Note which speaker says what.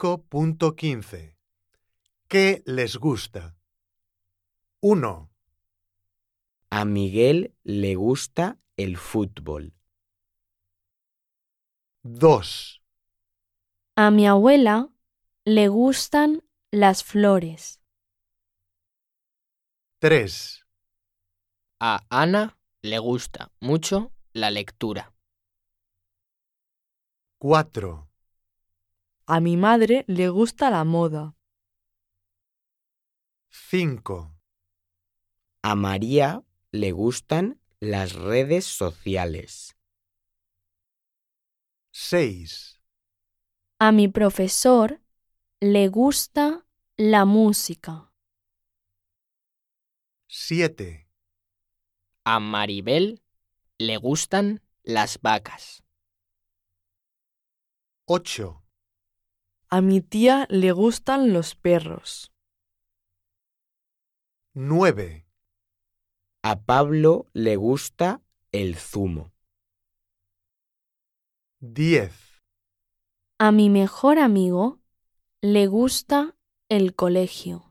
Speaker 1: 5.15. ¿Qué les gusta? 1,
Speaker 2: A Miguel le gusta el fútbol.
Speaker 1: 2,
Speaker 3: A mi abuela le gustan las flores.
Speaker 1: 3,
Speaker 4: A Ana le gusta mucho la lectura.
Speaker 1: 4,
Speaker 5: A mi madre le gusta la moda.
Speaker 1: 5,
Speaker 2: A María le gustan las redes sociales.
Speaker 1: 6,
Speaker 3: A mi profesor le gusta la música.
Speaker 1: 7,
Speaker 4: A Maribel le gustan las vacas.
Speaker 1: 8,
Speaker 5: A mi tía le gustan los perros.
Speaker 1: 9,
Speaker 2: A Pablo le gusta el zumo.
Speaker 1: 10,
Speaker 3: A mi mejor amigo le gusta el colegio.